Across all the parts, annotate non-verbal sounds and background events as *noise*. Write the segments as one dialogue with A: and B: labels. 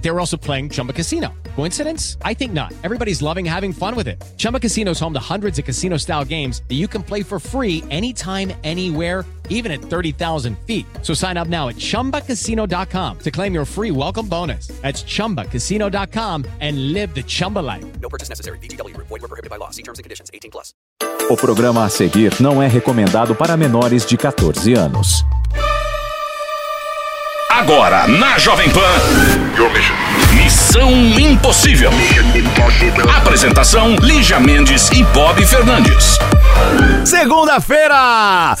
A: They were also playing Chumba Casino. Coincidence? I think not. Everybody's loving having fun with it. Chumba Casino is home to hundreds of casino style games that you can play for free anytime, anywhere even at 30,000 feet. So sign up now at ChumbaCasino.com to claim your free welcome bonus. That's ChumbaCasino.com and live the Chumba life.
B: No purchase necessary. BGW. Void were prohibited by law. See terms and conditions. 18 plus.
C: O programa a seguir não é recomendado para menores de 14 anos.
D: Agora, na Jovem Pan. Missão Impossível. Apresentação: Lígia Mendes e Bob Fernandes.
E: Segunda-feira!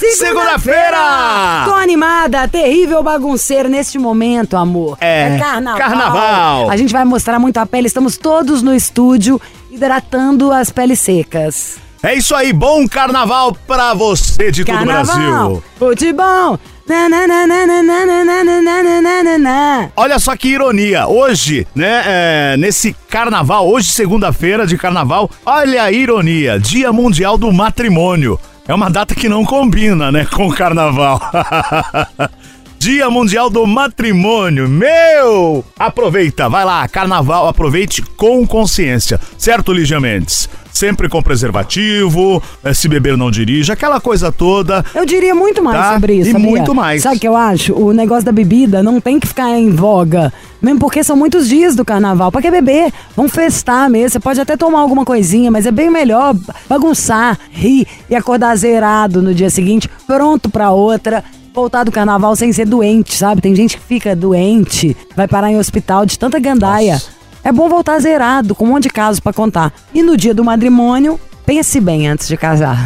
F: Tô animada, terrível bagunceiro neste momento, amor.
E: É,
F: carnaval.
E: carnaval.
F: A gente vai mostrar muito a pele, estamos todos no estúdio hidratando as peles secas.
E: É isso aí, bom carnaval pra você de todo o
F: Carnaval,
E: Brasil.
F: futebol, nananananananananananana.
E: Olha só que ironia, hoje, né, é, nesse carnaval, hoje segunda-feira de carnaval, olha a ironia, Dia Mundial do Matrimônio. É uma data que não combina, né, com o carnaval. *laughs* Dia Mundial do Matrimônio, meu! Aproveita, vai lá, carnaval, aproveite com consciência, certo, Lígia Mendes? Sempre com preservativo, eh, se beber não dirija, aquela coisa toda.
F: Eu diria muito mais
E: Tá,
F: sobre isso.
E: e
F: sabia?
E: muito mais.
F: Sabe o que eu acho? O negócio da bebida não tem que ficar em voga. Mesmo porque são muitos dias do carnaval. Pra que beber? Vamos festar mesmo. Você pode até tomar alguma coisinha, mas é bem melhor bagunçar, rir e acordar zerado no dia seguinte, pronto pra outra. Voltar do carnaval sem ser doente, sabe? Tem gente que fica doente, vai parar em hospital de tanta gandaia. É bom voltar zerado, com um monte de casos pra contar. E no dia do matrimônio, pense bem antes de casar.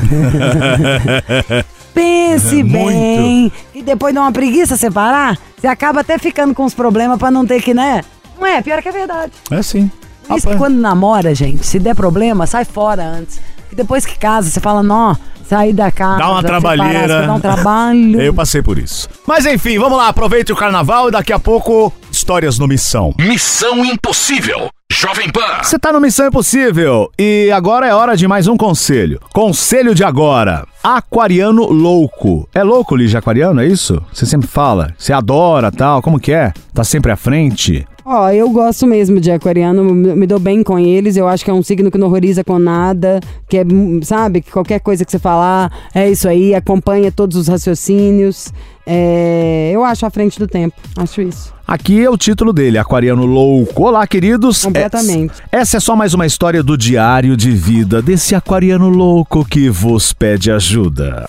F: Pense
E: É Muito.
F: bem. E depois dá uma preguiça separar, você acaba até ficando com os problemas pra não ter que, né? Não é, pior que é verdade.
E: É sim.
F: Por isso que quando namora, gente, se der problema, sai fora antes. Porque depois que casa, você fala, nó, sair da casa.
E: Dá uma
F: separar,
E: trabalheira.
F: Dá um trabalho.
E: Eu passei por isso. Mas enfim, vamos lá, aproveite o carnaval e daqui a pouco, histórias no Missão.
D: Missão Impossível. Jovem Pan.
E: Você tá no Missão Impossível e agora é hora de mais um conselho. Conselho de agora. Aquariano louco. É louco, Lígia Aquariano, é isso? Você sempre fala, você adora tal, como que é? Tá sempre à frente?
F: Ó, eu gosto mesmo de aquariano, me me dou bem com eles, eu acho que é um signo que não horroriza com nada, que é, hum, sabe, que qualquer coisa que você falar, é isso aí, acompanha todos os raciocínios. É, eu acho à frente do tempo, acho isso.
E: Aqui é o título dele, Aquariano Louco. Olá, queridos.
F: Completamente.
E: Essa, essa é só mais uma história do diário de vida desse aquariano louco que vos pede ajuda.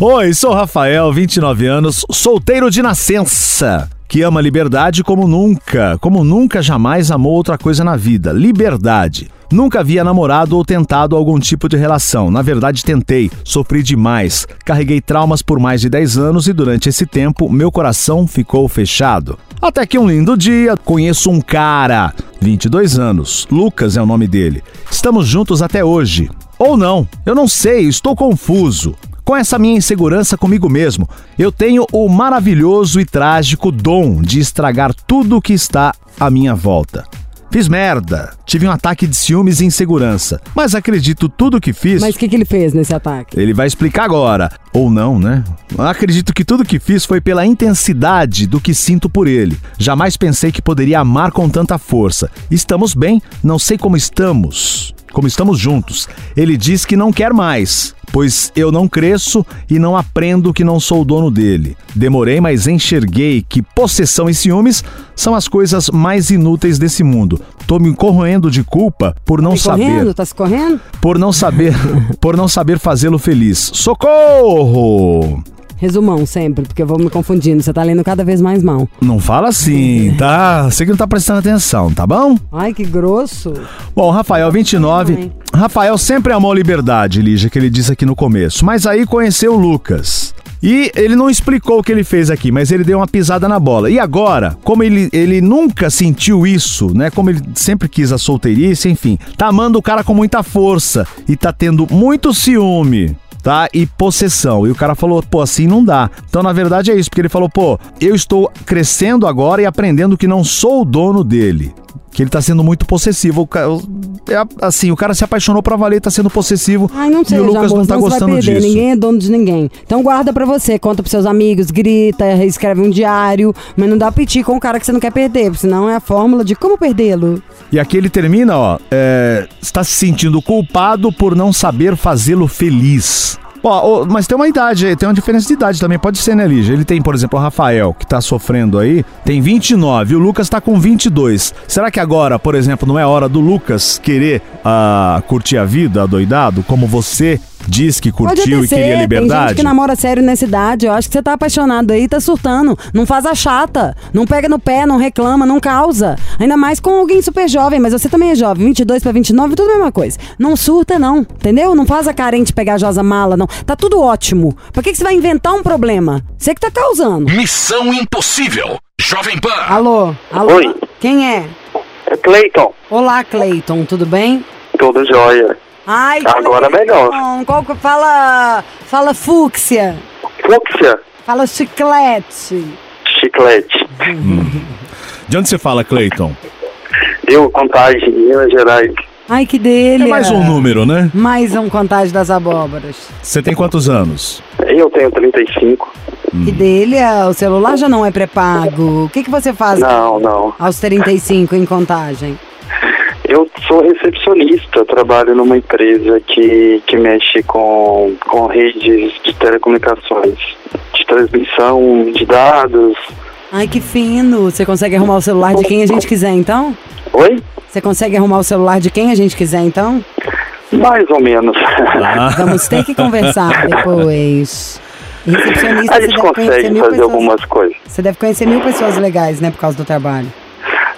E: Oi, sou Rafael, 29 anos, solteiro de nascença, que ama liberdade como nunca, como nunca jamais amou outra coisa na vida. Liberdade. Nunca havia namorado ou tentado algum tipo de relação. Na verdade, tentei, sofri demais. Carreguei traumas por mais de 10 anos e durante esse tempo meu coração ficou fechado. Até que um lindo dia conheço um cara, 22 anos. Lucas é o nome dele. Estamos juntos até hoje. Ou não, eu não sei, estou confuso. Com essa minha insegurança comigo mesmo, eu tenho o maravilhoso e trágico dom de estragar tudo o que está à minha volta. Fiz merda, tive um ataque de ciúmes e insegurança, mas acredito tudo o que fiz.
F: Mas o que, que ele fez nesse ataque?
E: Ele vai explicar agora. Ou não, né? Acredito que tudo que fiz foi pela intensidade do que sinto por ele. Jamais pensei que poderia amar com tanta força. Estamos bem, não sei como estamos. Como estamos juntos. Ele diz que não quer mais, pois eu não cresço e não aprendo que não sou o dono dele. Demorei, mas enxerguei que possessão e ciúmes são as coisas mais inúteis desse mundo. Tô me corroendo de culpa por não
F: Tá
E: saber
F: correndo? Tá se correndo?
E: por não saber por não saber fazê-lo feliz. Socorro!
F: Resumão sempre, porque eu vou me confundindo, você tá lendo cada vez mais mal.
E: Não fala assim, tá? Você que não tá prestando atenção, tá bom?
F: Ai, que grosso.
E: Bom, Rafael 29.
F: Também.
E: Rafael sempre amou liberdade, Lígia, que ele disse aqui no começo. Mas aí conheceu o Lucas. E ele não explicou o que ele fez aqui, mas ele deu uma pisada na bola. E agora, como ele, ele nunca sentiu isso, né? Como ele sempre quis a solteirice, enfim, tá amando o cara com muita força e tá tendo muito ciúme. tá? E possessão. E o cara falou, pô, assim não dá. Então, na verdade, é isso, porque ele falou, pô, eu estou crescendo agora e aprendendo que não sou o dono dele. Que ele tá sendo muito possessivo. O ca- o- é assim, o cara se apaixonou pra valer, tá sendo possessivo.
F: Ai, não
E: e
F: seja,
E: o Lucas
F: amor,
E: não tá
F: senão você
E: gostando
F: vai perder.
E: disso.
F: Ninguém é dono de ninguém. Então guarda pra você, conta pros seus amigos, grita, escreve um diário, mas não dá piti com o cara que você não quer perder, porque senão é a fórmula de como perdê-lo.
E: E aqui ele termina, ó. é, está se sentindo culpado por não saber fazê-lo feliz. Ó, ô, mas tem uma idade, tem uma diferença de idade também, pode ser, né, Lígia? Ele tem, por exemplo, o Rafael, que tá sofrendo aí, tem 29, e o Lucas tá com 22. Será que agora, por exemplo, não é hora do Lucas querer ah, curtir a vida, doidado, como você diz que
F: Pode
E: curtiu e
F: até
E: queria
F: ser, Tem gente
E: liberdade?
F: que namora sério nessa idade. Eu acho que você tá apaixonado aí, tá surtando. Não faz a chata. Não pega no pé, não reclama, não causa. Ainda mais com alguém super jovem, mas você também é jovem. 22 pra 29, tudo a mesma coisa. Não surta, não. Entendeu? Não faz a carente pegajosa mala, não. Tá tudo ótimo. Pra que, que você vai inventar um problema? Você que tá causando.
D: Missão impossível. Jovem Pan.
F: Alô? Alô?
G: Oi.
F: Quem é?
G: É Cleiton,
F: Olá, Cleiton, tudo bem?
G: tudo jóia.
F: Ai,
G: Agora é melhor.
F: Cleiton, qual que- fala, fala fúcsia,
G: Fúcsia,
F: fala chiclete.
G: chiclete.
E: De onde você fala, Cleiton?
G: Eu, contagem, Minas Gerais,
F: Ai, que delícia.
E: É mais um número, né?
F: Mais um contágio das abóboras.
E: Você tem quantos anos?
G: eu tenho 35.
F: Que delícia, o celular já não é pré-pago. O que, que você faz
G: Não, não.
F: aos 35 em contagem?
G: Eu sou recepcionista, trabalho numa empresa que, que mexe com, com redes de telecomunicações, de transmissão de dados.
F: Ai, que fino. Você consegue arrumar o celular de quem a gente quiser, então?
G: Oi?
F: Você consegue arrumar o celular de quem a gente quiser, então?
G: Mais ou menos.
F: Vamos ter que conversar depois. Recepcionista,
G: *laughs* A
F: você
G: gente
F: deve conhecer
G: consegue
F: mil
G: fazer
F: pessoas.
G: algumas coisas.
F: Você deve conhecer mil pessoas legais, né, por causa do trabalho.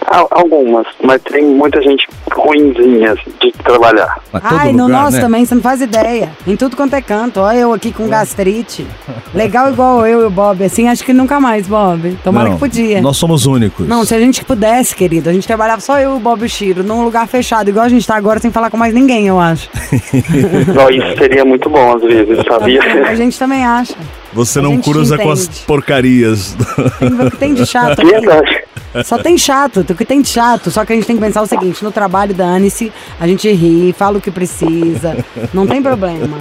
G: Al- Algumas, mas tem muita gente ruinzinha de trabalhar.
E: Mas todo
F: Ai, no
E: lugar,
F: nosso
E: né? É.
F: também, você não faz ideia. Em tudo quanto é canto. Olha eu aqui com gastrite. Legal igual eu e o Bob, assim, acho que nunca mais, Bob. Tomara
E: Não,
F: que podia.
E: Nós somos únicos.
F: Não, se a gente pudesse, querido, a gente trabalhava só eu e o Bob e o Chiro, num lugar fechado, igual a gente tá agora, sem falar com mais ninguém, eu acho.
G: Não, isso seria muito bom às vezes, sabia?
F: *laughs* A
G: *laughs*
F: gente também acha.
E: Você
F: A
E: não
F: gente
E: cruza com as
F: entende.
E: porcarias.
F: Tem- O que tem de chato tá aqui?
G: Verdade. *laughs*
F: Só tem chato, o que tem de chato. Só que a gente tem que pensar o seguinte: no trabalho, dane-se, a gente ri, fala o que precisa, não tem problema.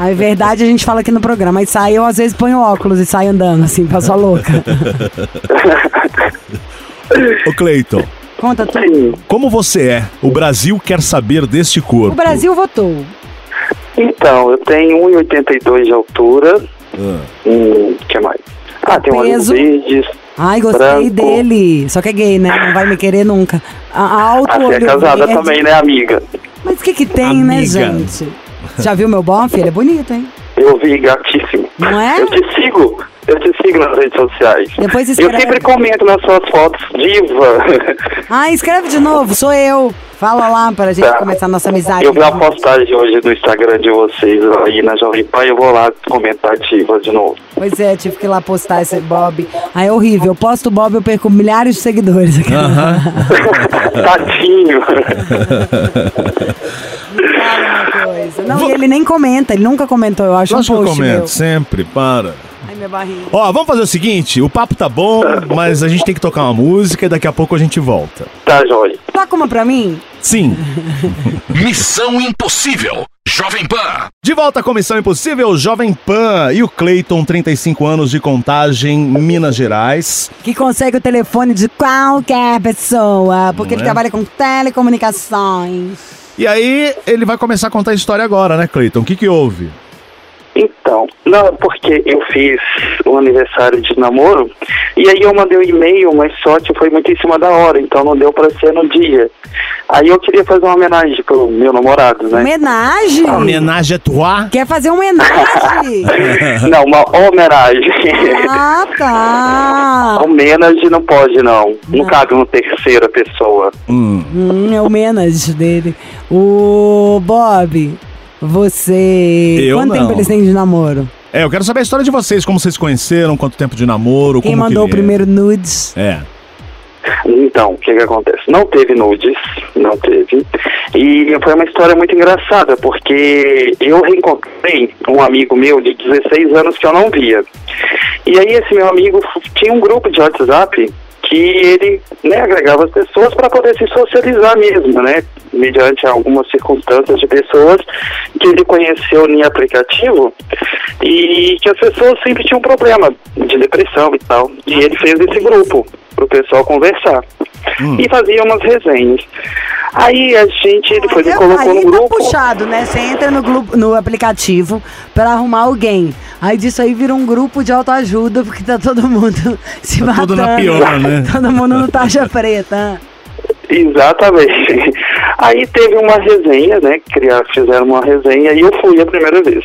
F: A verdade a gente fala aqui no programa. Aí sai, eu às vezes ponho óculos e saio andando, assim, passo a louca.
E: *laughs* Ô Cleiton,
F: Conta tudo.
G: Sim.
E: como você é? O Brasil quer saber deste
F: O
E: corpo.
F: Brasil votou.
G: Então, eu tenho 1,82 de altura. Hum, que mais? Ah, tem olhos
F: Peso.
G: verdes.
F: Ai, gostei
G: Branco.
F: dele. Só que é gay, né? Não vai me querer nunca. A- Alto
G: Ah, você é
F: olho
G: casada
F: verde.
G: também, né, amiga?
F: Mas o que que tem, né,
E: Amiga.
F: gente? Já viu meu bofe? Ele é bonito, hein?
G: Eu vi gatíssimo.
F: Não é?
G: Eu te sigo. Eu te sigo nas redes sociais.
F: Depois escreve.
G: eu sempre comento nas suas fotos, diva.
F: Ah, escreve de novo, sou eu. Fala lá pra gente
G: Tá.
F: começar nossa amizade.
G: Eu vi uma postagem hoje no Instagram de vocês aí na Jovem Pan. Eu vou lá comentar diva de
F: *laughs*
G: novo.
F: Pois é, tive que ir lá postar esse Bob. Ah, é horrível. Eu posto o Bob, eu perco milhares de seguidores.
G: Tadinho.
F: *laughs* Fala uma coisa. Não, e ele nem comenta, ele nunca comentou, eu acho,
E: Lógico
F: um
E: que eu
F: post
E: comento, sempre, para.
F: meu. Ai, minha barriga.
E: Ó, vamos fazer o seguinte: o papo tá bom, mas a gente tem que tocar uma música e daqui a pouco a gente volta.
G: tá, Jóia.
F: Toca uma pra mim?
E: Sim.
D: Missão impossível. Jovem Pan.
E: De volta à Comissão Impossível, Jovem Pan e o Cleiton, 35 anos de contagem, Minas Gerais.
F: Que consegue o telefone de qualquer pessoa, porque
E: Não
F: ele
E: é?
F: trabalha com telecomunicações.
E: E aí, ele vai começar a contar a história agora, né, Cleiton? O que que houve?
G: Então, não, porque eu fiz o aniversário de namoro e aí eu mandei um e-mail, mas só que foi muito em cima da hora, então não deu pra ser no dia. Aí eu queria fazer uma homenagem pro meu namorado, né?
F: Homenagem?
E: Tá, Homenagem à toi.
F: Quer fazer um homenagem?
E: *laughs*
G: *laughs* não, uma homenagem.
F: ah, tá.
G: *laughs* homenagem não pode, não. Não, cabe uma terceira pessoa.
F: Hum, é o menos dele. O Bob, você.
E: Eu
F: Quanto
E: não.
F: tempo eles têm de namoro?
E: É, eu quero saber a história de vocês, como é? vocês se conheceram, quanto tempo de namoro,
F: Quem
E: como que
F: mandou o
E: é.
F: primeiro nudes?
E: É.
G: Então, o que que acontece? Não teve nudes, não teve. E foi uma história muito engraçada, porque eu reencontrei um amigo meu de 16 anos que eu não via. E aí esse meu amigo f- tinha um grupo de WhatsApp que ele né, agregava as pessoas para poder se socializar mesmo, né? Mediante algumas circunstâncias de pessoas que ele conheceu em aplicativo e que as pessoas sempre tinham problema de depressão e tal. E ele fez esse grupo pro pessoal conversar.
E: Hum.
G: E fazia umas resenhas. Aí a gente, ele foi, me
F: Aí-
G: colocou
F: aí
G: no
F: tá
G: grupo.
F: puxado, né? Você entra no, glu- no aplicativo pra arrumar alguém. Aí disso aí vira um grupo de autoajuda, porque tá todo mundo *laughs* se
E: Tá
F: matando.
E: tudo na pior, né?
F: *laughs* Todo mundo no taxa preta.
G: Exatamente. *laughs* Aí teve uma resenha, né? criar- Fizeram uma resenha e eu fui a primeira vez.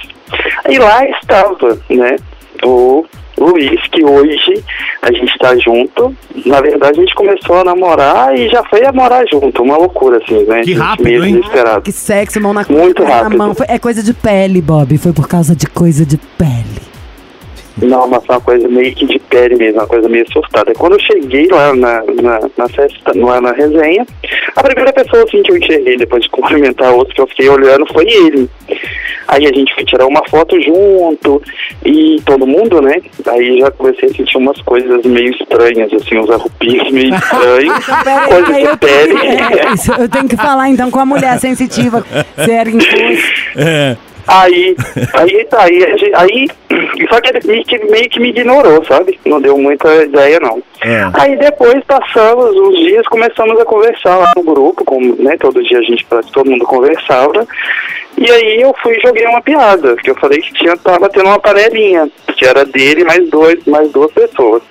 G: E lá estava, né? O Luiz, que hoje a gente está junto. Na verdade, a gente começou a namorar e já foi a morar junto. Uma loucura, assim, né?
E: Que
G: gente
E: rápido,
G: meio
E: hein?
G: desesperado.
F: Que sexo, mão na
G: Muito
F: na
G: rápido.
F: mão. Foi- é coisa de pele, Bob. Foi por causa de coisa de pele.
G: Não, mas foi uma coisa meio que de pele mesmo, uma coisa meio surtada. Quando eu cheguei lá na, na, na festa, lá na resenha, a primeira pessoa assim que eu enxerguei depois de *laughs* cumprimentar outro que eu fiquei olhando foi ele. Aí a gente foi tirar uma foto junto e todo mundo, né? Aí já comecei a sentir umas coisas meio estranhas, assim, uns
F: *laughs*
G: arrupios meio estranhos, coisas
F: Então, aí
G: de
F: eu tenho,
G: pele.
F: é, isso, eu tenho que falar então com a mulher sensitiva. Você era imposto.
E: é,
G: Aí, aí, tá, aí, a gente- aí, só que ele meio que, meio que me ignorou, sabe? Não deu muita ideia, não.
E: É.
G: Aí depois passamos uns dias, começamos a conversar lá no grupo, como, né, todo dia a gente, todo mundo conversava. E aí eu fui e joguei uma piada, que eu falei que tinha, tava tendo uma panelinha, que era dele e mais dois, mais duas pessoas.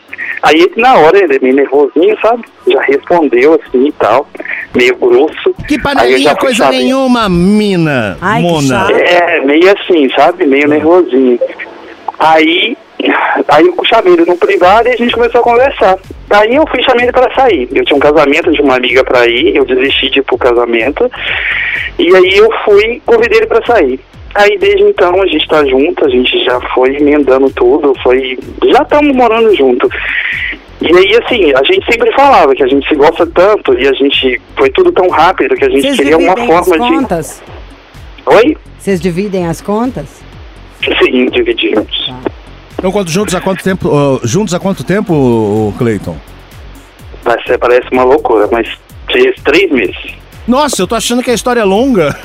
G: Aí ele, na hora, ele é meio nervosinho, sabe? Já respondeu assim e tal, meio grosso.
E: Que
G: Aí eu já
E: panelinha
G: fui
E: coisa
G: saber.
E: nenhuma, mina.
F: Ai, que
E: mona.
F: chato.
G: É, meio assim, sabe? Meio nervosinho. Aí, aí eu chamei ele no privado e a gente começou a conversar. Aí eu fui chamei ele pra sair. Eu tinha um casamento de uma amiga pra ir, eu desisti de ir pro casamento. E aí eu fui, convidei ele pra sair. Aí desde então a gente tá junto, a gente já foi emendando tudo, foi. Já estamos morando junto. E aí, assim, a gente sempre falava que a gente se gosta tanto e a gente. Foi tudo tão rápido que a gente
F: Vocês
G: queria
F: dividem
G: uma
F: as
G: forma de.
F: contas?
G: Oi?
F: Vocês dividem as contas?
G: Sim, dividimos.
F: Tá.
E: Então, quanto, juntos há quanto tempo, ô, juntos há quanto tempo, ô, Cleiton?
G: Vai ser, é, parece uma loucura, mas fez três meses.
E: Nossa, eu tô achando que a história é longa. *laughs*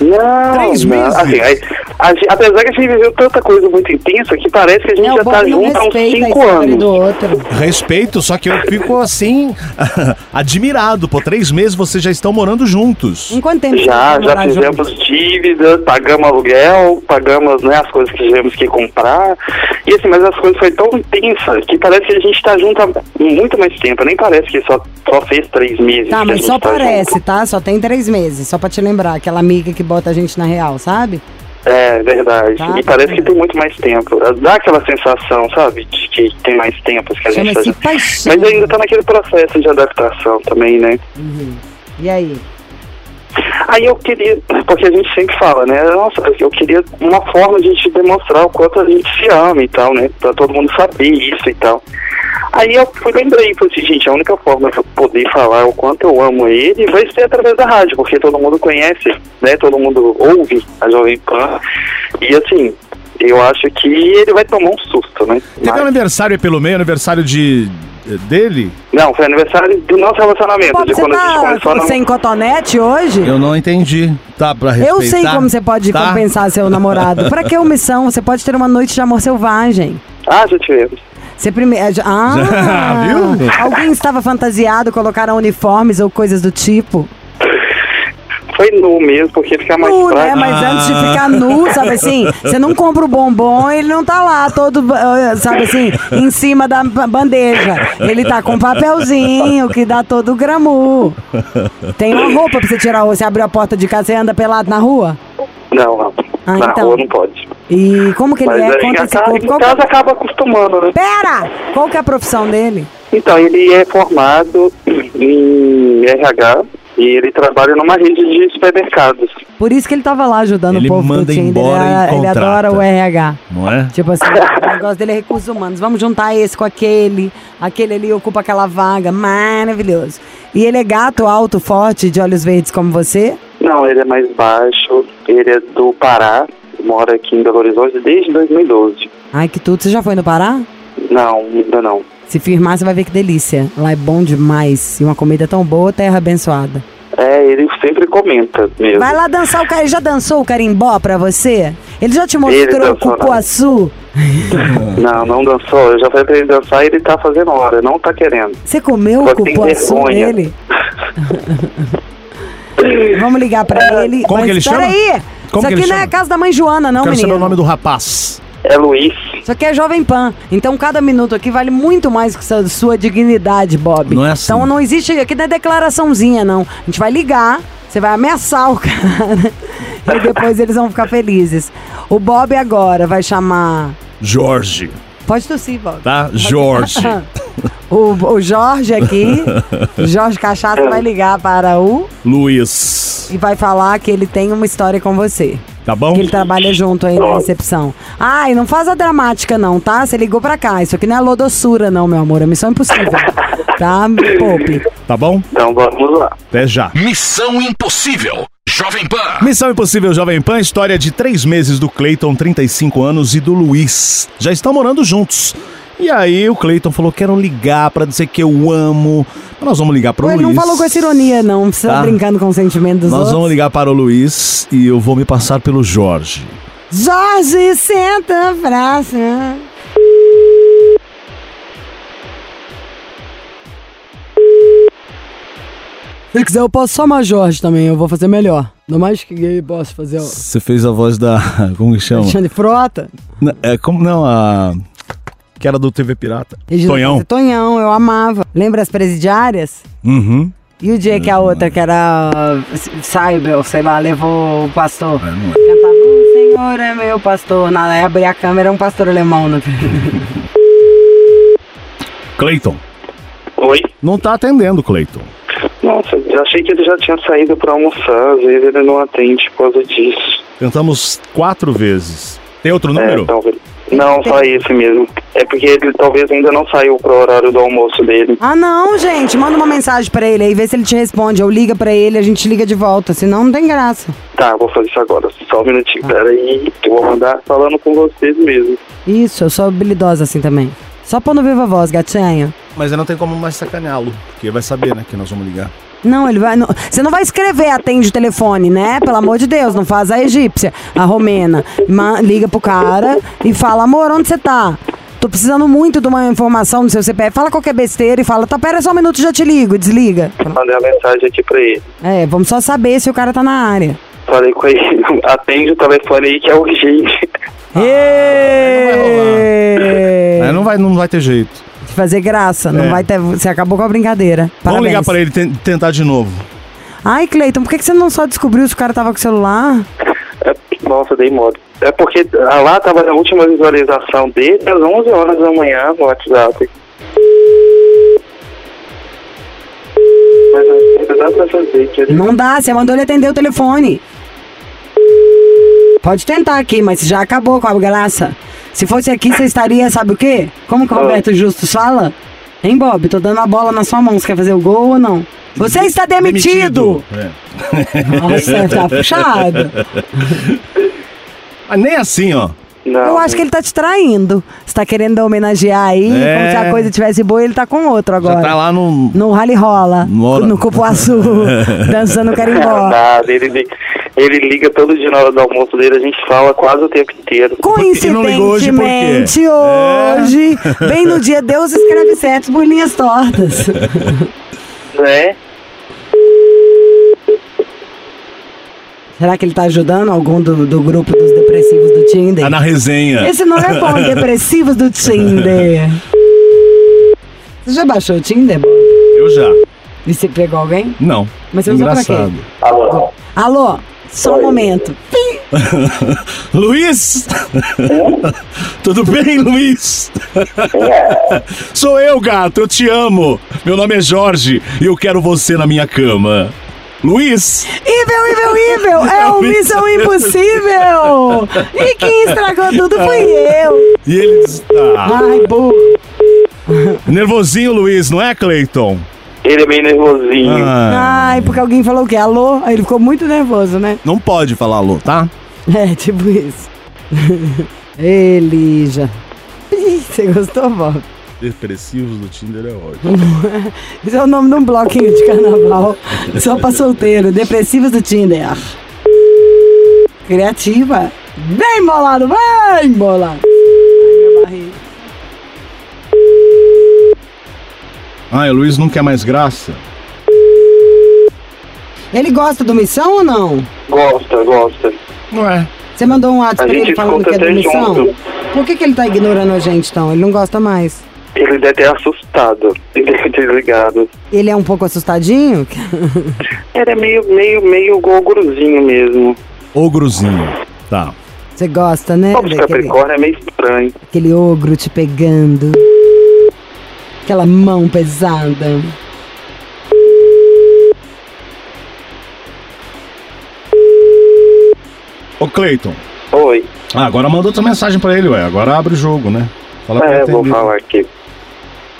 G: Não,
E: Três
G: não.
E: meses?
G: Assim, a- a gen- apesar que a gente viveu tanta coisa muito intensa que parece que a gente
F: Não,
G: já
F: o Bob
G: tá
F: não
G: junto há uns
F: respeita a
G: cinco
F: história
G: anos.
F: do outro.
E: Respeito, só que eu fico assim, *laughs* admirado. Por três meses vocês já estão morando juntos.
F: Em quanto tempo tá vocês
G: Já,
F: vão
G: já
F: morar
G: fizemos
F: juntos?
G: dívida, pagamos aluguel, pagamos né, as coisas que tivemos que comprar. E assim, mas as coisas foi tão intensa que parece que a gente tá junto há muito mais tempo. Nem parece que só, só fez três meses.
F: Tá,
G: que a
F: mas
G: gente
F: só
G: tá
F: parece,
G: junto.
F: tá? Só tem três meses. Só pra te lembrar, aquela amiga que bota a gente na real, sabe?
G: É verdade.
F: Tá, tá
G: e parece
F: bom.
G: que tem muito mais tempo. Dá aquela sensação, sabe, de que tem mais tempo que a gente tá
F: Chama-se
G: junto.
F: paixão.
G: Mas ainda tá naquele processo de adaptação também, né?
F: E aí?
G: Aí eu queria, porque a gente sempre fala, né? Nossa, eu queria uma forma de a gente demonstrar o quanto a gente se ama e tal, né? Pra todo mundo saber isso e tal. Aí eu fui lembrei, falei assim, gente, a única forma de eu poder falar o quanto eu amo ele vai ser através da rádio, porque todo mundo conhece, né? Todo mundo ouve a Jovem Pan. E assim, eu acho que ele vai tomar um susto, né?
F: Então,
E: Teve um
G: Mas-
E: aniversário pelo meio, aniversário de eh, dele?
G: não, foi aniversário do nosso relacionamento,
F: Bob,
G: de
F: você
G: quando a gente começou a
F: tá
G: namorar.
F: sem cotonete hoje?
E: Eu não entendi. Tá pra respeitar.
F: Eu sei como você pode
E: tá?
F: compensar seu namorado. Pra que omissão? Você pode ter uma noite de amor selvagem.
G: Ah, já tivemos.
F: Você primeiro. Ah!
E: *laughs* Viu?
F: Alguém estava fantasiado, colocaram uniformes ou coisas do tipo.
G: Foi nu mesmo, porque fica mais
F: nu, né?
G: fraco.
F: Mas
E: Ah.
F: antes de ficar nu, sabe assim? Você não compra o bombom, ele não tá lá todo, eh, sabe assim, em cima da ba- bandeja. Ele tá com um papelzinho que dá todo o gramu. Tem uma roupa pra você tirar, você abriu a porta de casa e anda pelado na rua?
G: Não, não.
F: Ah,
G: Na
F: então.
G: rua não pode.
F: E como que ele
G: Mas
F: é?
G: aí
F: Conta
G: a
F: esse
G: casa,
F: corpo.
G: em
F: Qual que-
G: casa acaba acostumando, né?
F: Pera! Qual que é a profissão dele?
G: Então, ele é formado em RH e ele trabalha numa rede de supermercados.
F: Por isso que ele tava lá ajudando
E: Ele
F: o povo
E: manda
F: no Tinder.
E: embora
F: ele,
E: e
F: ele
E: contrata.
F: adora o RH.
E: Não
F: *laughs*
E: é?
F: Tipo assim, o negócio dele é recursos humanos. Vamos juntar esse com aquele. Aquele ali ocupa aquela vaga. Maravilhoso. E ele é gato, alto, forte, de olhos verdes como você?
G: Não, ele é mais baixo, ele é do Pará, mora aqui em Belo Horizonte desde 2012.
F: Ai, que tudo. Você já foi no Pará?
G: Não, ainda não.
F: Se firmar, você vai ver que delícia. Lá é bom demais. E uma comida tão boa, terra abençoada.
G: É, ele sempre comenta mesmo.
F: Vai lá dançar o carimbó. Já dançou o carimbó pra você? Ele já te mostrou
G: dançou,
F: o cupuaçu?
G: Não, não dançou. Eu já falei pra ele dançar e ele tá fazendo hora, não tá querendo.
F: Você comeu o
G: Só tem
F: cupuaçu
G: vergonha.
F: dele?
G: *laughs*
F: Vamos ligar pra ele.
E: Como
F: Mas
E: que ele
F: espera
E: chama?
F: aí. Isso
E: Como
F: aqui
E: que ele
F: não é
E: chama?
F: a casa da mãe Joana, não,
E: Quero
F: menino.
E: saber o nome do rapaz.
G: É Luiz.
F: Isso aqui é Jovem Pan. Então cada minuto aqui vale muito mais que sua, sua dignidade, Bob.
E: Não é assim.
F: Então não existe. Aqui não é declaraçãozinha, não. A gente vai ligar, você vai ameaçar o *laughs* cara. e depois eles vão ficar felizes. O Bob agora vai chamar.
E: Jorge.
F: Pode tossir, Bob.
E: Tá?
F: *laughs*
E: Jorge.
F: O, o Jorge
E: *laughs*
F: aqui, Jorge Cachaça, vai ligar para o
E: Luiz.
F: e vai falar que ele tem uma história com você.
E: Tá bom?
F: Que ele trabalha junto aí na recepção. Ai, não faz a dramática não, tá? Você ligou pra cá. Isso aqui não é lodossura não, meu amor. É missão
E: *laughs*
F: impossível. Tá? Me poupe.
E: Tá bom?
G: Então vamos lá.
E: Até já.
D: Missão Impossível. Jovem Pan.
E: Missão Impossível Jovem Pan, história de três meses do Cleiton, 35 anos, e do Luiz. Já estão morando juntos. E aí o Cleiton falou, quero ligar pra dizer que eu amo. Mas Nós vamos ligar pro
F: Ele
E: Luiz.
F: não falou com essa ironia né? não. Não precisa
E: Tá.
F: brincando com o sentimento dos
E: Nós
F: outros.
E: vamos ligar para o Luiz e eu vou me passar pelo Jorge.
F: Jorge, senta a praça. Se quiser, eu posso chamar Jorge também, eu vou fazer melhor. No mais que gay, posso fazer o
E: Você fez a voz da... *laughs* como que chama?
F: Alexandre Frota.
E: N- É, como não, a... que era do TV Pirata.
F: Regina
E: Tonhão.
F: Casé. Tonhão, eu amava. Lembra as presidiárias?
E: Uhum.
F: E o dia que a outra, que era uh, Saibel, sei lá, levou o pastor.
E: É,
F: Cantava, o Senhor é meu pastor. Na aí abri a câmera, era um pastor alemão. No...
E: *laughs* Cleiton.
G: Oi?
E: Não tá atendendo, Cleiton.
G: Nossa, eu achei que ele já tinha saído pra almoçar, às vezes ele não atende por causa disso.
E: Tentamos quatro vezes. Tem outro número?
F: então.
G: É, talvez. Não, só esse mesmo. É porque ele talvez ainda não saiu pro horário do almoço dele.
F: Ah, não, gente. Manda uma mensagem pra ele aí, vê se ele te responde. Ou liga pra ele, a gente liga de volta. Senão não tem graça.
G: Tá, vou fazer isso agora. Só um minutinho, peraí. Eu vou mandar falando com vocês mesmo.
F: Isso, eu sou habilidosa assim também. Só pôr no Viva Voz, gatinho.
E: Mas aí não tem como mais sacaneá-lo, porque vai saber, né, que nós vamos ligar.
F: Não, ele vai. não- Você não vai escrever atende o telefone, né? Pelo amor de Deus, não faz a egípcia, a romena. Ma- liga pro cara e fala: amor, onde você tá? Tô precisando muito de uma informação do seu CPF. Fala qualquer besteira e fala: tá, pera só um minuto, já te ligo. Desliga.
G: Mandei a mensagem aqui pra ele.
F: É, vamos só saber se o cara tá na área.
G: Falei com ele, *laughs* atende o telefone aí que é urgente.
E: Ah, Aí
F: Ê!
E: não vai, não vai ter jeito.
F: Fazer graça, não
E: É.
F: vai ter. Você acabou com a brincadeira.
E: Vamos
F: Parabéns.
E: ligar pra ele ten- tentar de novo.
F: Ai, Cleiton, por que que você não só descobriu se o cara tava com o celular?
G: É, nossa, dei modo. É porque a lá tava na última visualização dele às 11 horas da manhã no WhatsApp. Mas ainda dá pra fazer que ele...
F: Não dá, você mandou ele atender o telefone. Pode tentar aqui, mas já acabou com a graça. Se fosse aqui, você estaria, sabe o quê? Como que o Roberto Justus fala? Hein, Bob? Tô dando a bola na sua mão. Você quer fazer o gol ou não? Você está demitido!
E: É.
F: Nossa, tá puxado.
E: Mas nem assim, ó.
G: Não,
F: Eu acho que ele tá te traindo. Você tá querendo homenagear aí,
E: É.
F: como se a coisa tivesse boa, ele tá com outro agora.
E: Já tá lá no.
F: No rally rola,
E: Mora.
F: no
E: *laughs*
F: cupuaçu, dançando
G: não,
F: carimbó.
G: nada. É Ele, li- ele liga todo dia na hora do almoço dele, a gente fala quase o tempo inteiro.
E: E não ligou hoje por quê? É.
F: Coincidentemente, hoje, bem no dia, Deus escreve certos por linhas tortas.
G: Né?
F: Será que ele tá ajudando algum do, do grupo dos depressivos do Tinder?
E: Tá na resenha.
F: Esse não
E: *laughs*
F: é bom, depressivos do Tinder. Você já baixou o Tinder? Bob?
E: Eu já.
F: E você pegou alguém?
E: Não.
F: Mas você usou pra
E: Engraçado.
G: Alô?
F: Alô? Só um momento.
E: Luiz!
H: É?
E: Tudo bem, Luiz? Sou eu, gato, eu te amo. Meu nome é Jorge e eu quero você na minha cama. Luiz!
F: Ivel, Ivel, Ivel!
E: *laughs*
F: É o Missão Impossível! E quem estragou tudo fui eu!
E: E ele diz: "Ah,
F: Ai, burro!
E: Nervosinho, Luiz, não é, Cleiton?
G: Ele é meio nervosinho.
E: Ah,
F: Ai, porque alguém falou o quê? Alô? Aí ele ficou muito nervoso, né?
E: não pode falar alô, tá?
F: *laughs* É, tipo isso. Elija. Ih, Você gostou, Bob?
H: Depressivos do Tinder é ótimo.
F: Isso é o nome de um bloquinho de carnaval. *laughs* Só pra solteiro. Depressivas do Tinder. Criativa. Bem bolado, bem bolado. Ai, minha barriga.
E: Ah, o Luiz não quer mais graça.
F: Ele gosta do Missão ou não?
G: Gosta, gosta.
E: Não é.
F: Você mandou um
G: A
F: WhatsApp pra
G: gente
F: ele falando que é
G: escuta
F: do
G: até
F: Missão?
G: junto.
F: Por que, que ele tá ignorando a gente, então? Ele não gosta mais.
G: Ele deve ter assustado *laughs* e deve ter desligado.
F: Ele é um pouco assustadinho? *laughs*
G: Ele é meio, meio, meio goguruzinho mesmo.
E: Ogruzinho. Tá.
F: Você gosta, né?
G: Como de
F: daquele-
G: Capricórnio é meio estranho.
F: Aquele ogro te pegando. Aquela mão pesada.
E: Ô, Cleiton.
G: Oi.
E: Ah, agora manda outra mensagem pra ele, ué. Agora abre o jogo, né? Fala pra
G: É,
E: ele
G: vou
E: atender.
G: falar aqui.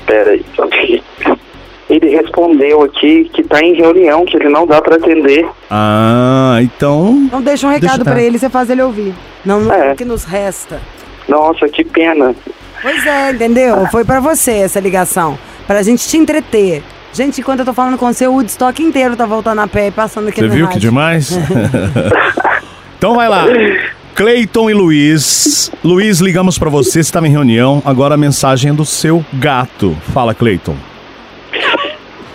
G: Pera aí, só um pouquinho. Ele respondeu aqui que tá em reunião, que ele não dá pra atender.
E: Ah, então.
F: Não deixa um
E: Deixa
F: recado
E: tá.
F: pra ele, você faz ele ouvir. Não, não
G: É.
F: o que nos resta.
G: Nossa, que pena.
F: Pois é, entendeu? Foi pra você essa ligação. Pra gente te entreter. Gente, enquanto eu tô falando com você, o Woodstock inteiro tá voltando a pé e passando aqui
E: Você
F: no
E: viu que
F: rádio. *laughs*
E: demais? então vai lá. Cleiton e Luiz. Luiz, ligamos pra você, você estava em reunião. Agora a mensagem é do seu gato. Fala, Cleiton.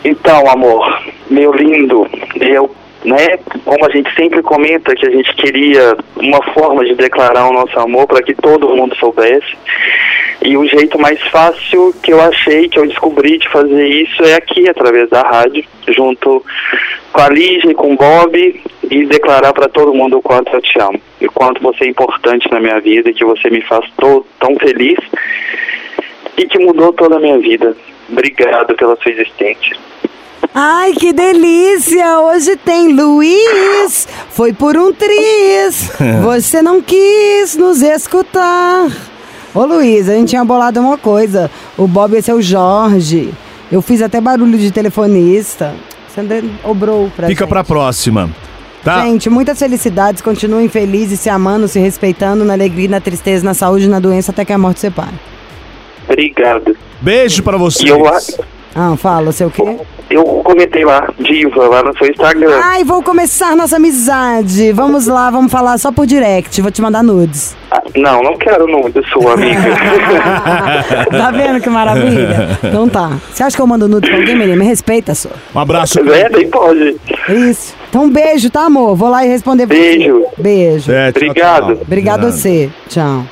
G: Então, amor, meu lindo, eu, né, como a gente sempre comenta que a gente queria uma forma de declarar o nosso amor para que todo mundo soubesse. E o jeito mais fácil que eu achei, que eu descobri de fazer isso é aqui, através da rádio, junto com a Liz e com o Bob, e declarar para todo mundo o quanto eu te amo, e o quanto você é importante na minha vida, e que você me faz to- tão feliz e que mudou toda a minha vida. Obrigado pela sua existência.
F: Ai, que delícia! Hoje tem Luiz. Foi por um
E: *laughs*
F: triz. Você não quis nos escutar. Ô Luiz, a gente tinha bolado uma coisa. O Bob ia ser o Jorge. Eu fiz até barulho de telefonista. Você de- obrou pra
E: Fica
F: gente.
E: pra próxima. Tá?
F: Gente, muitas felicidades. Continuem felizes, se amando, se respeitando, na alegria, na tristeza, na saúde, na doença, até que a morte separe.
G: Obrigado.
E: Beijo pra vocês.
G: E eu, lá-
F: Ah, fala, sei o quê?
G: eu comentei lá, diva, lá no seu Instagram.
F: Ai, vou começar nossa amizade. Vamos lá, vamos falar só por direct. Vou te mandar nudes.
G: Ah, Não, não quero o nome da sua amiga.
F: tá vendo que maravilha? Então tá. Você acha que eu mando nudes pra alguém, menina? Me respeita, só.
E: Um abraço.
G: *laughs* é, nem pode.
F: É isso. Então um beijo, tá, amor? Vou lá e responder pra você.
G: Beijo.
F: Beijo.
E: É, tchau,
G: Obrigado.
E: tchau.
F: Obrigado a você. Tchau.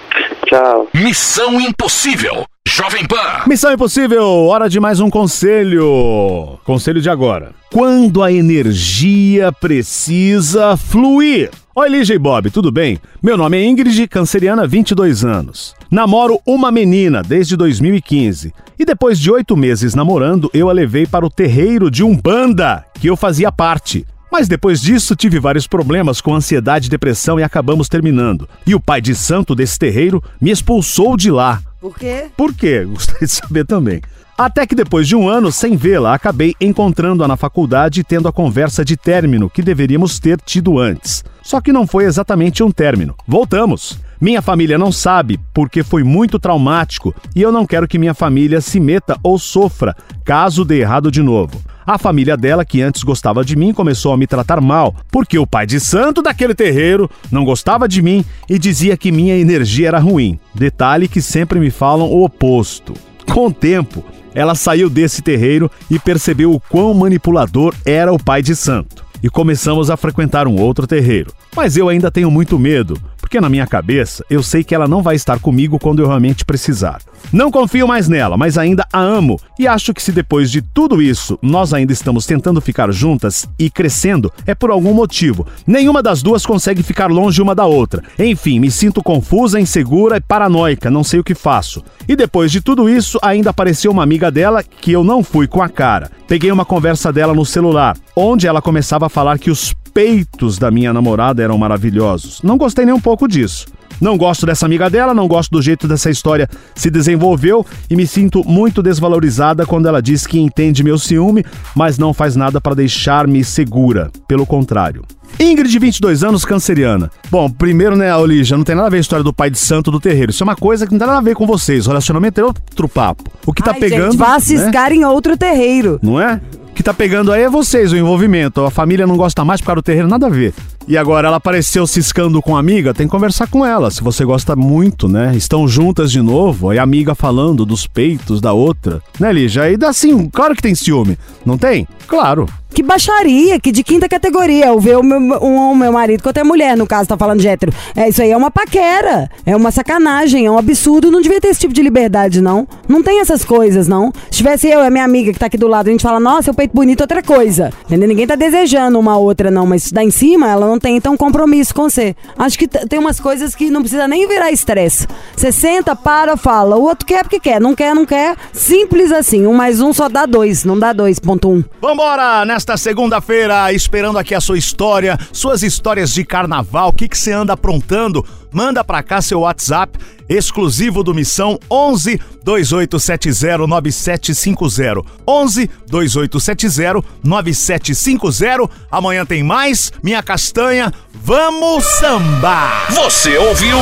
G: Tchau.
D: Missão Impossível. Jovem Pan.
E: Missão Impossível, hora de mais um conselho. Conselho de agora. Quando a energia precisa fluir. Oi, Lígia e Bob, tudo bem? Meu nome é Ingrid, canceriana, 22 anos. Namoro uma menina desde 2015. E depois de oito meses namorando, eu a levei para o terreiro de um banda que eu fazia parte. Mas depois disso, tive vários problemas com ansiedade e depressão e acabamos terminando. E o pai de santo desse terreiro me expulsou de lá.
F: Por quê?
E: Por quê? *laughs* Gostaria de saber também. Até que depois de um ano sem vê-la, acabei encontrando-a na faculdade e tendo a conversa de término que deveríamos ter tido antes. Só que não foi exatamente um término. Voltamos! Minha família não sabe, porque foi muito traumático e eu não quero que minha família se meta ou sofra caso dê errado de novo. A família dela, que antes gostava de mim, começou a me tratar mal, porque o pai de santo daquele terreiro não gostava de mim e dizia que minha energia era ruim. Detalhe que sempre me falam o oposto. Com o tempo, ela saiu desse terreiro e percebeu o quão manipulador era o pai de santo. E começamos a frequentar um outro terreiro. Mas eu ainda tenho muito medo, porque na minha cabeça eu sei que ela não vai estar comigo quando eu realmente precisar. Não confio mais nela, mas ainda a amo e acho que se depois de tudo isso nós ainda estamos tentando ficar juntas e crescendo, é por algum motivo. Nenhuma das duas consegue ficar longe uma da outra. Enfim, me sinto confusa, insegura e paranoica, não sei o que faço. E depois de tudo isso, ainda apareceu uma amiga dela que eu não fui com a cara. Peguei uma conversa dela no celular, onde ela começava a falar que os peitos da minha namorada eram maravilhosos. Não gostei nem um pouco disso. Não gosto dessa amiga dela, não gosto do jeito dessa história se desenvolveu e me sinto muito desvalorizada quando ela diz que entende meu ciúme, mas não faz nada para deixar-me segura. Pelo contrário. Ingrid, 22 anos, canceriana. Bom, primeiro, né, Olígia, não tem nada a ver a história do pai de santo do terreiro. Isso é uma coisa que não tem nada a ver com vocês. O relacionamento é outro papo. O que tá
F: Ai,
E: pegando.
F: Gente, vá
E: né?
F: ciscar em outro terreiro.
E: não é? O que tá pegando aí é vocês, o envolvimento. A família não gosta mais por causa do terreno, nada a ver. E agora ela apareceu ciscando com a amiga, tem que conversar com ela. Se você gosta muito, né? Estão juntas de novo, aí a amiga falando dos peitos da outra. Né, Lígia? Aí dá sim, claro que tem ciúme. Não tem? Claro.
F: Que baixaria, que de quinta categoria. Eu ver o meu, um, o meu marido, que eu tenho mulher, no caso, tá falando de hétero. É, isso aí é uma paquera. É uma sacanagem, é um absurdo. Não devia ter esse tipo de liberdade, não. Não tem essas coisas, não. Se tivesse eu e a minha amiga que tá aqui do lado, a gente fala, nossa, o peito bonito é outra coisa. Entendeu? Ninguém tá desejando uma outra, não. Mas isso daí em cima, ela não tem então compromisso com você. Acho que t- tem umas coisas que não precisa nem virar estresse. Você senta, para, fala. O outro quer porque quer. Não quer, não quer. Simples assim. Um mais um só dá dois. Não dá dois, ponto um.
E: Vambora! Nesta segunda-feira, esperando aqui a sua história, suas histórias de carnaval, o que, que você anda aprontando? Manda pra cá seu WhatsApp exclusivo do Missão 11 2870 9750. 11 2870 9750. Amanhã tem mais, minha castanha, vamos sambar!
D: Você ouviu?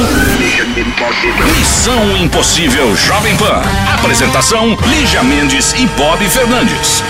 D: Missão Impossível Jovem Pan. Apresentação: Lígia Mendes e Bob Fernandes.